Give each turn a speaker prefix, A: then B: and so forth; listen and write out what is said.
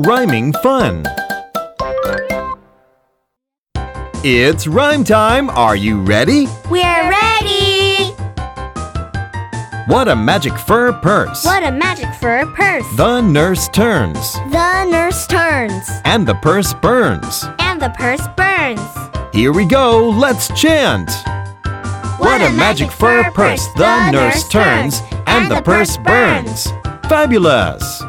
A: Rhyming fun. It's rhyme time. Are you ready?
B: We're ready!
A: What a magic fur purse.
B: What a magic fur purse!
A: The nurse turns,
B: The nurse turns,
A: and the purse burns.
B: and the purse burns.
A: Here we go. Let's chant. What a magic fur purse. The nurse turns, and the purse burns. Fabulous.